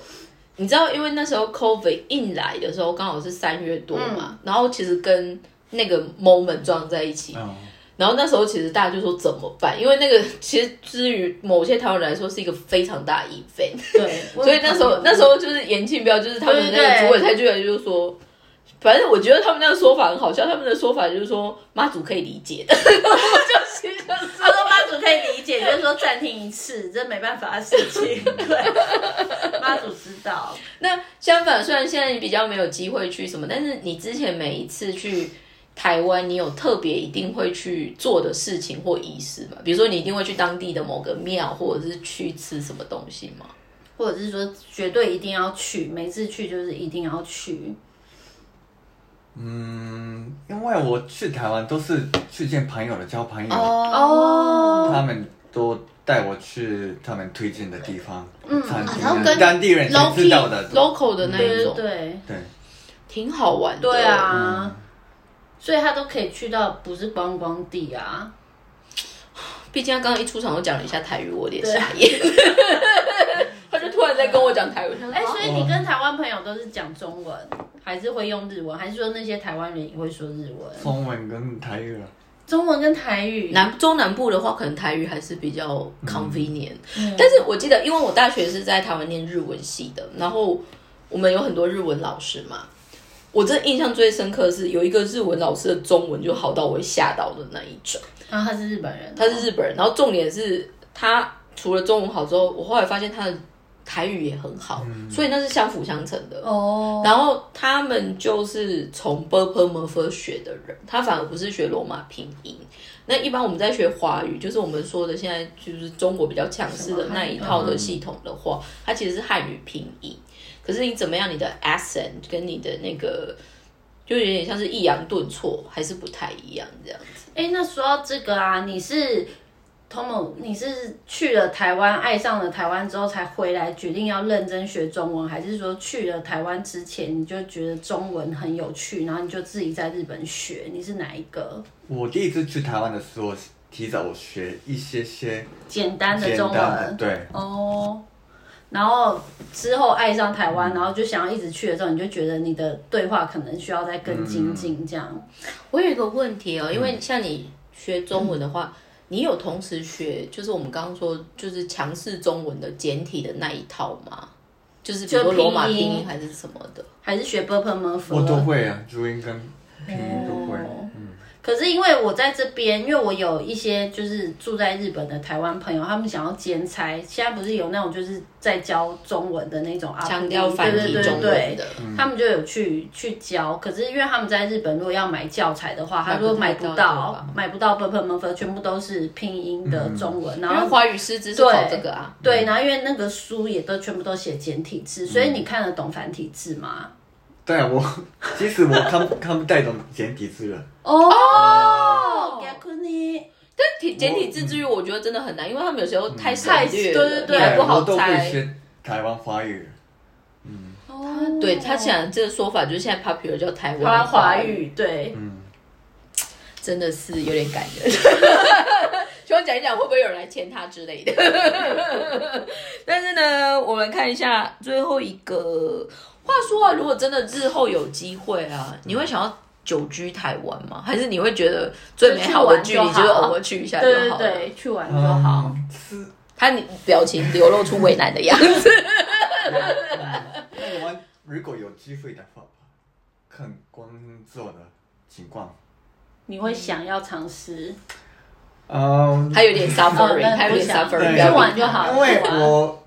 你知道，因为那时候 COVID 一来的时候，刚好是三月多嘛，
嗯
然后其实跟那个 moment 撞在一起，
嗯，
然后那时候其实大家就说怎么办？因为那个 (laughs) 其实至于某些台湾人来说是一个非常大的 event， (laughs)
对，
所以那时
嗯
候那时候就是严庆彪，就是他们那个主委蔡居然就说，反正我觉得他们那个说法很好笑，他们的说法就是说妈祖可以理解的，
他说妈祖可以理解，就是说暂停一次，这没办法的事
(laughs)
情。对，妈祖知道。
那相反，虽然现在你比较没有机会去什么，但是你之前每一次去台湾，你有特别一定会去做的事情或仪式吗？比如说你一定会去当地的某个庙，或者是去吃什么东西吗？
或者是说绝对一定要去，每次去就是一定要去。
嗯，因为我去台湾都是去见朋友的，交朋友。
哦
他们都带我去他们推荐的地方，餐厅
嗯然后跟
当地人才知道的
local。local 的那
对
一
对
种，
对
对，
挺好玩的。
对，啊，所以他都可以去到不是观光地啊。
毕竟他刚刚一出场就讲了一下台语，我有点傻
(laughs)
眼。他就突然在跟我讲台语，
哎、
哎，
所以你跟台湾朋友都是讲中文，还是会用日文，还是说那些台湾人也会说日文？
中文跟台语啊，
哦中文跟台语，
南中南部的话，可能台语还是比较 convenient、但是我记得，因为我大学是在台湾念日文系的，然后我们有很多日文老师嘛。我这印象最深刻是有一个日文老师的中文就好到我吓到的那一种。
然啊后他是日本人，
他是日本人，然后重点是他除了中文好之后，我后来发现他的台语也很好，所以那是相辅相成的。
哦，
然后他们就是从 b u r p e m u r p h 学的人，他反而不是学罗马拼音。那一般我们在学华语，就是我们说的现在就是中国比较强势的那一套的系统的话，它其实是汉语拼音。可是你怎么样，你的 accent 跟你的那个，就有点像是抑扬顿挫，还是不太一样这样子。
哎，那说到这个啊，你是 Tom，你是去了台湾，爱上了台湾之后才回来，决定要认真学中文，还是说去了台湾之前你就觉得中文很有趣，然后你就自己在日本学？你是哪一个？
我第一次去台湾的时候，提早学一些些
简单的
简
中
单的，
文，
对，
哦。然后之后爱上台湾，然后就想要一直去的时候，你就觉得你的对话可能需要再更精进，这样。
嗯我有一个问题哦，因为像你学中文的话，你有同时学，就是我们刚刚说，就是强势中文的简体的那一套吗？就是比如说
就拼音
罗马拼音还是什么的？
还是学 b u r p l e m u r p h
我都会啊，注音跟拼音都会。
哦
可是因为我在这边，因为我有一些就是住在日本的台湾朋友，他们想要兼差，现在不是有那种就是在教中文的那种啊，
强调繁体
对对
中
对
文
对
的，
他们就有去去教。可是因为他们在日本，如果要买教材的话，他说买
买
不
不到对
到
吧，
买不到 b u r p l e m u r p h 全部都是拼音的
嗯
中文，然
因为
后。
华语师资是考这个啊。
对，然后因为那个书也都全部都写简体字，
嗯
所以你看得懂繁体字吗？
对啊，我其实我看不看不太懂简体字了，
哦，逆に
但体简体字之于我觉得真的很难，因为他们有时候嗯太省略
太
了，
对对对
你啊还不
我
好
都会
猜。
学台湾华
(laughs)
语。
哦，
对他显然这个说法就是现在 popular 叫台
台湾
湾
华
语，嗯
语对，
真的是有点感人。 (laughs) 希望讲一讲会不会有人来签他之类的。 (laughs) 但是呢，我们看一下最后一个。话说啊，如果真的日后有机会啊，你会想要久居台湾吗？还是你会觉得最美好的距离就是偶尔去一下就
对对
好了？
对，去玩就好。
好
嗯， (laughs) 是
他你表情流露出为难的样子。
那我们如果有机会的话，看工作的情况。
你会想要尝试，
嗯，
他有点 suffering，、
哦那
他有
不
点
想
suffering，不
去
要
玩
逼
就
他
好
因为我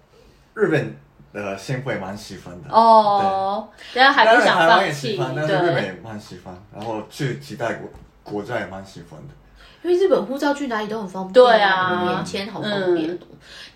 日本的先会蛮喜欢的，
哦，人家还
当
不
然
想
台湾也
放
喜
弃，
欢，但是日本
对
也蛮喜欢，然后去其他国国家也蛮喜欢的。
因为日本护照去哪里都很方便，
对啊
免签好方便、哦。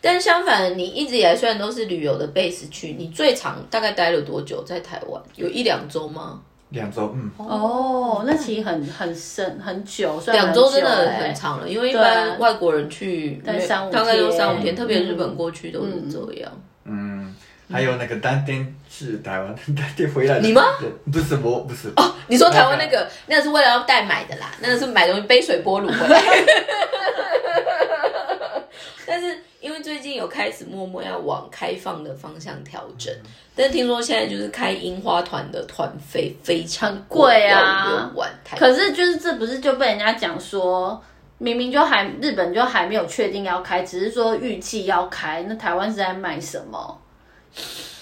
但相反，你一直以来虽然都是旅游的 base 去，你最长大概待了多久在台湾？有一两周吗？
两周，嗯，
哦，那其实很很深很久，算
两周真的
很久欸
很长了，因为一
对啊
般外国人去
待三五
大概都
天
三五天，
嗯
特别日本过去都是这样。
嗯，还有那个当天去台湾， (laughs) 当天回来的。
你吗
对？不是我，不是。
哦
你说台湾那个，那个是为了要代买的啦，那个是买东西杯水波炉回
(laughs)
来。但是因为最近有开始默默要往开放的方向调整，但是听说现在就是开樱花团的团费非常
贵
要
啊
六万台币。
可是就是这不是就被人家讲说，明明就还日本就还没有确定要开，只是说预计要开，那台湾是在卖什么？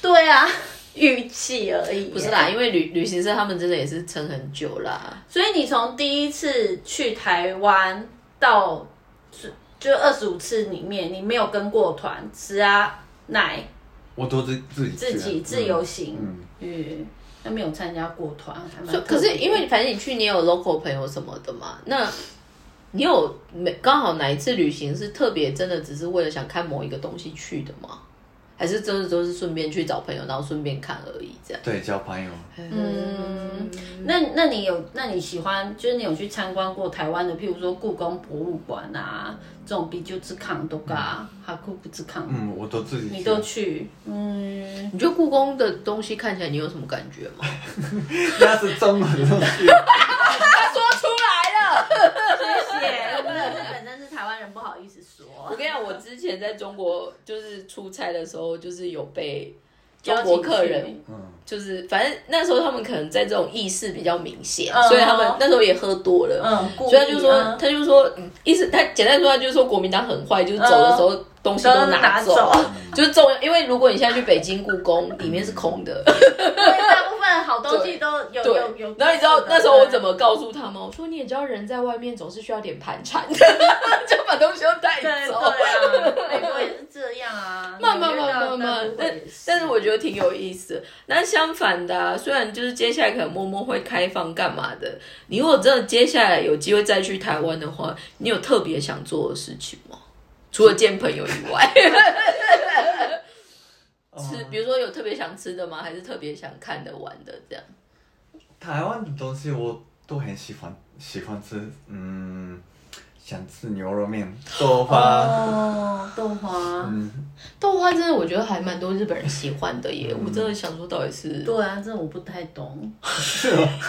对啊， (laughs) 预计而已，
不是啦，因为旅旅行社他们真的也是撑很久啦，
所以你从第一次去台湾到就二十五次里面，你没有跟过团，吃啊奶
我都自自己去啊
自己自由行，
嗯
嗯，那、没有参加过团，还蛮
所以
特别
可
的
是因为反正你去，你也有 local 朋友什么的嘛。那你有每刚好哪一次旅行是特别真的只是为了想看某一个东西去的吗？还是真的都是顺便去找朋友，然后顺便看而已这样？
对交朋友。
嗯，那那你有那你喜欢就是你有去参观过台湾的，譬如说故宫博物馆啊这种比就之康都嘎哈库不之康，
嗯，我都自己去。
你都去，嗯，
你觉得故宫的东西看起来你有什么感觉吗？
那是中文的东
(laughs)
西。
他说出来了。
谢谢，本身是台湾人不好意思说
我，跟你讲，我之前在中国就是出差的时候，就是有被中国客
邀
人
请去，
嗯，
就是反正那时候他们可能在这种意识比较明显，
嗯
所以他们那时候也喝多了，
嗯，故意
所以
啊
他就说，
嗯
他就说，嗯意思他简单说，他就说国民党很坏，就是走的时候、东西都拿走，
都拿走
就是重要。因为如果你现在去北京故宫，里面是空的，
大部分好东西都有
对
(laughs) 有有。
然后你知道那时候我怎么告诉他吗？我说你也知道，人在外面总是需要点盘缠 (laughs) 的，就把东西都带
对对
走。
啊，美国也是这样啊，
慢慢慢慢慢
纽
慢
约，到
但
德国也是
但是我觉得挺有意思的。那相反的、啊，虽然就是接下来可能默默会开放干嘛的，你如果真的接下来有机会再去台湾的话，你有特别想做的事情吗？除了见朋友以 (laughs) 外，吃，比如说有特别想吃的吗？还是特别想看的、玩的这样？
台湾的东西我都很喜欢，喜欢吃，嗯，想吃牛肉面、豆花，
哦，豆花，
嗯，
豆花真的我觉得还蛮多日本人喜欢的耶，我真的想说到底是
对啊，这我不太懂。 (laughs)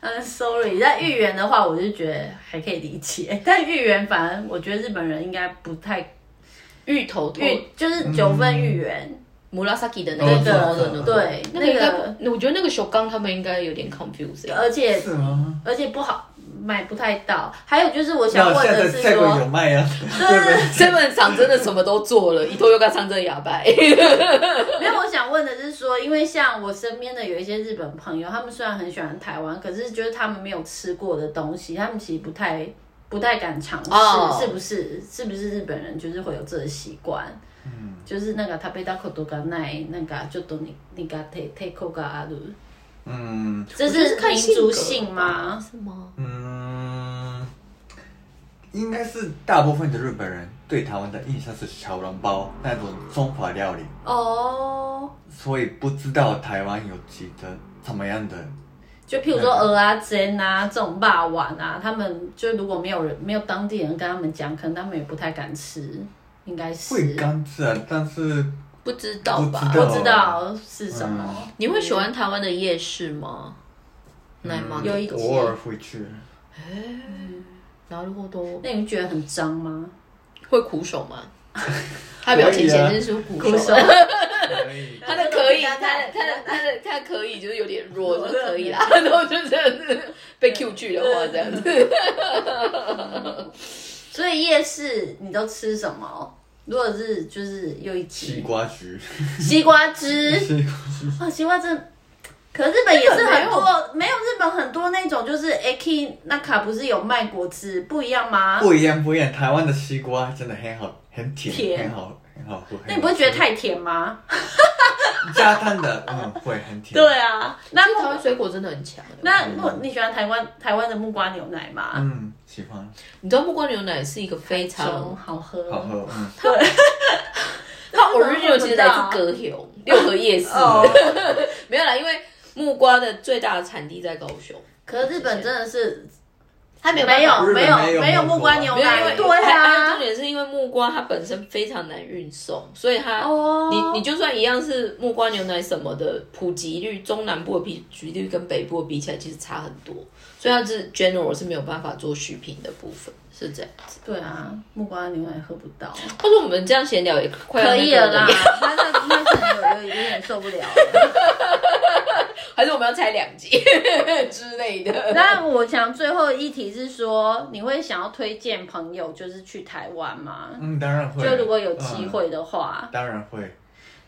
嗯，sorry，但芋圆的话，我就觉得还可以理解， (laughs) 但芋圆反而我觉得日本人应该不太
芋头头
芋，就是九份芋圆，
m u r a s a k i 的那
哦
个
这个
的那个，
对
那个应该
那
不，我觉得那个小刚他们应该有点 confusing。
而且
是吗？
而且不好买不太到。还有就是我想
那
问
现在
的是
这个有
说，
卖啊，对
(laughs) Seven 厂真的什么都做了，伊藤又该唱这哑 (laughs) 巴。
(laughs) 没有，我想问的是说，因为像我身边的有一些日本朋友，他们虽然很喜欢台湾，可是就是他们没有吃过的东西，他们其实不太不太敢尝试
哦
是不是？是不是日本人就是会有这个习惯？就是那个食べたことがない那个就都你你がててこがある，
嗯
这
我觉得 (laughs)
是
看
民
性格
族
吧
性吗？
是吗？
嗯，应该是大部分的日本人对台湾的印象是小笼包那种中华料理，
哦，
所以不知道台湾有几的怎么样的，
就譬如说鹅啊、煎啊这种霸碗啊，他们就如果没有人没有当地人跟他们讲，可能他们也不太敢吃，应该是
会干吃啊，但是
不知道吧
不？
不知道是什
嗯
么。
你会喜欢台湾的夜市吗？奶妈
嗯
有一集
偶尔会去，
然后如果都
那你觉得很脏吗？
会苦手 (laughs) 吗？他表情显示出苦手，
可以。
(laughs) 他的可以， (laughs) 他的他的他的他可以就是有点 (laughs) 弱，就是可以啦。然后就这样子被 Q 去的话，这样 (laughs) 子。
所以夜市你都吃什么？如果是就是又一
西
集
瓜橘，
西瓜汁
西瓜橘，
啊，西瓜汁。可是日本也是很
日
多，没有日本很多那种，就是 AK 那卡不是有卖果汁，不一样吗？
不一样不一样，台湾的西瓜真的很好，很甜，
甜
很好，很好喝。
那你不会觉得太甜吗？
很好吃加汤的？嗯，会很甜。
对啊，那
台湾水果真的很强。
那木你喜欢台湾台湾的木瓜牛奶吗？
嗯，喜欢，
你知道木瓜牛奶是一个非
中
常
好喝，
好喝，嗯，
它 original 其实来自歌雄六合夜市，
哦。
没有啦，因为木瓜的最大的产地在高雄，
可是日本真的是
它没有
没
办法
有
日本
没有
没有
没有木瓜牛
没有，因
奶，
为
对
还还有重
啊，
点是因为木瓜它本身非常难运送，所以它
哦
你你就算一样是木瓜牛奶什么的普及率，中南部的比及率跟北部的比起来其实差很多，所以它是 general 是没有办法做续品的部分，是这样子。
对啊，木瓜牛奶喝不
(laughs)
到，
或者我们这样闲聊也快要
可
那个
以了啦
耶，
那那那是有有有点受不了了。
(laughs) 还是我们要拆两集 (laughs) 之类的。
那我想最后一题是说，你会想要推荐朋友就是去台湾吗？
嗯，当然会。
就如果有机会的话，
嗯，当然会。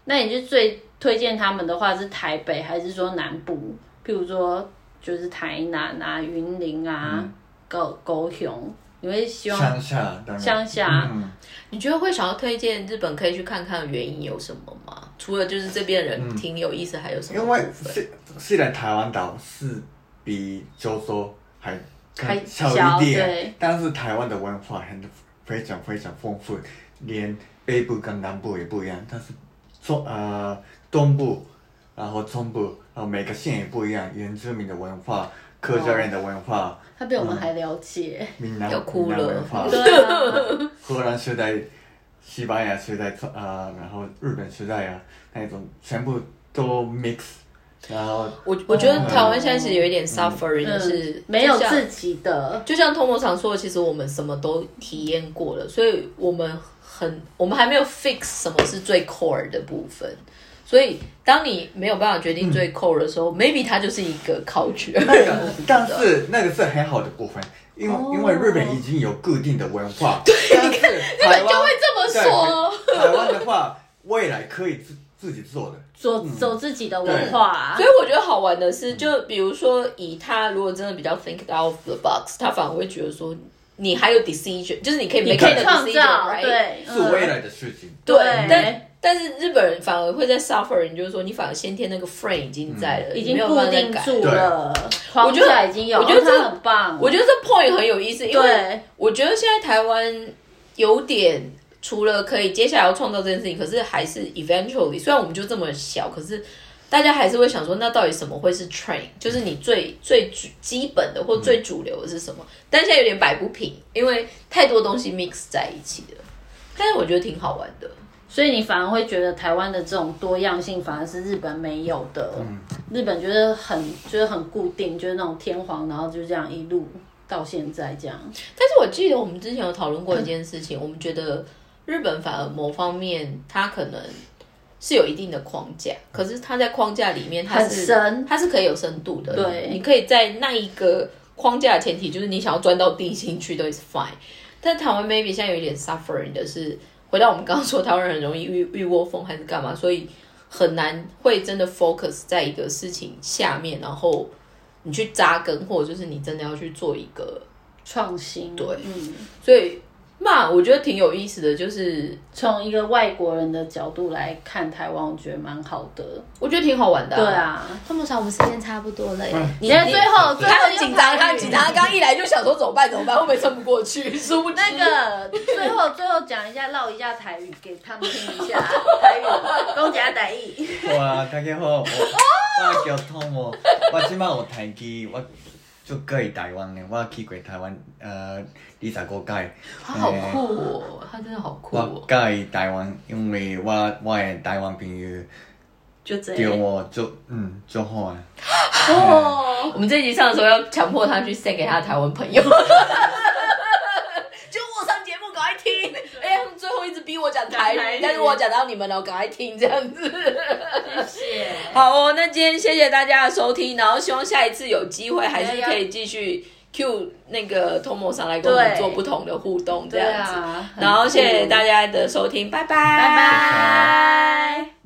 那你是最推荐他们的话是台北，还是说南部？譬如说，就是台南啊、云林啊、
嗯
高高雄，你会希望
乡下，当然。
乡下
嗯，
你觉得会想要推荐日本可以去看看的原因有什么吗？除了就是这边人挺有意思，还有什么
嗯因
部
为
分？
虽虽然台湾岛是比九州还
还
小一
小
点
对，
但是台湾的文化很非常非常丰富，连北部跟南部也不一样，但是中呃东部，然后中部，然后每个县也不一样，原住民的文化、客家人的文化、
他比我
嗯
们还了解。
闽南
要哭
闽南文
了
化，
对啊，
荷兰时代、西班牙时代啊、然后日本时代啊，那种全部都 mix，然后
我我觉得台湾现在其实有一点 suffering，、就是
嗯，没有
就像
自己的，
就像通通常说的，其实我们什么都体验过了，所以我们很我们还没有 fix 什么是最 core 的部分，所以当你没有办法决定最扣的时候、m a y b e 它就是一个 culture。
那个， (laughs) 但是那个是很好的部分，因为、因为日本已经有固定的文化，对，但是台湾
就会这么说。
对台湾的话，未来可以自自己做的，
走走自己的文化啊
所以，我觉得好玩的是，就比如说以他如果真的比较 think out of the box，他反而会觉得说你还有 decision，就是你可以 make
可
a
以创
decision，
造
right？
对，
是未来的事情。
对
对
但。但是日本人反而会在 suffering，就是说你反而先天那个 frame 已经在了，
嗯已
你
经
没有
固
办法再
定
改
住
对
了，框架已经有，
我觉得
哦
这
他很棒，
我觉得这 point 很有意思，因为
对
我觉得现在台湾有点除了可以接下来要创造这件事情，可是还是 eventually，虽然我们就这么小，可是大家还是会想说，那到底什么会是 train？就是你最最主基本的或最主流的是什么？但现在有点摆不平，因为太多东西 mix 在一起了。但是我觉得挺好玩的，
所以你反而会觉得台湾的这种多样性反而是日本没有的。日本就是很就是很固定，就是那种天皇，然后就这样一路到现在这样。
但是我记得我们之前有讨论过一件事情，我们觉得日本反而某方面它可能是有一定的框架，可是它在框架里面它是
很深
它是可以有深度的。
对
你可以在那一个框架的前提，就是你想要钻到地心去都 is fine。但台湾 maybe 现在有一点 suffering 的是，回到我们刚刚说，台湾人很容易遇遇窝蜂还是干嘛，所以很难会真的 focus 在一个事情下面，然后你去扎根，或者就是你真的要去做一个
创新，对，嗯，
所以嘛，我觉得挺有意思的，就是
从一个外国人的角度来看台湾，我觉得蛮好的。
我觉得挺好玩的、
对，啊，
汤姆想我们时间差不多了耶。
你在最后最
他
后
很
用
紧张，
台语
他很紧张，他刚一来就想说怎么办，怎么办，会不会撑不过 (laughs) 去？殊不知
那个最后最后讲一下，唠一下台语给他们听一下台语，公家台语。
哇，大家
哦
好，我我叫 Tom，我即摆有台机，我就过台湾的，我去过台湾呃二十五届。
他啊好酷哦，他真的好酷
我
哦。
介台湾，因为我我的台湾朋友
就这
叫
样。
我做嗯做好啊。
我们这一集上的时候要强迫他去 send 给他的台湾朋友。就我上节目赶快听，哎、他们最后一直逼我讲台
讲台
语
语，
但是我讲到你们了，我赶快听这样子。
谢谢。
好哦，那今天谢谢大家的收听，然后希望下一次有机会还是可以继续 Q 那个 Tomo 上来跟我们
对
做不同的互动这
对
样子。
啊，
然后谢谢大家的收听，拜拜，拜
拜拜。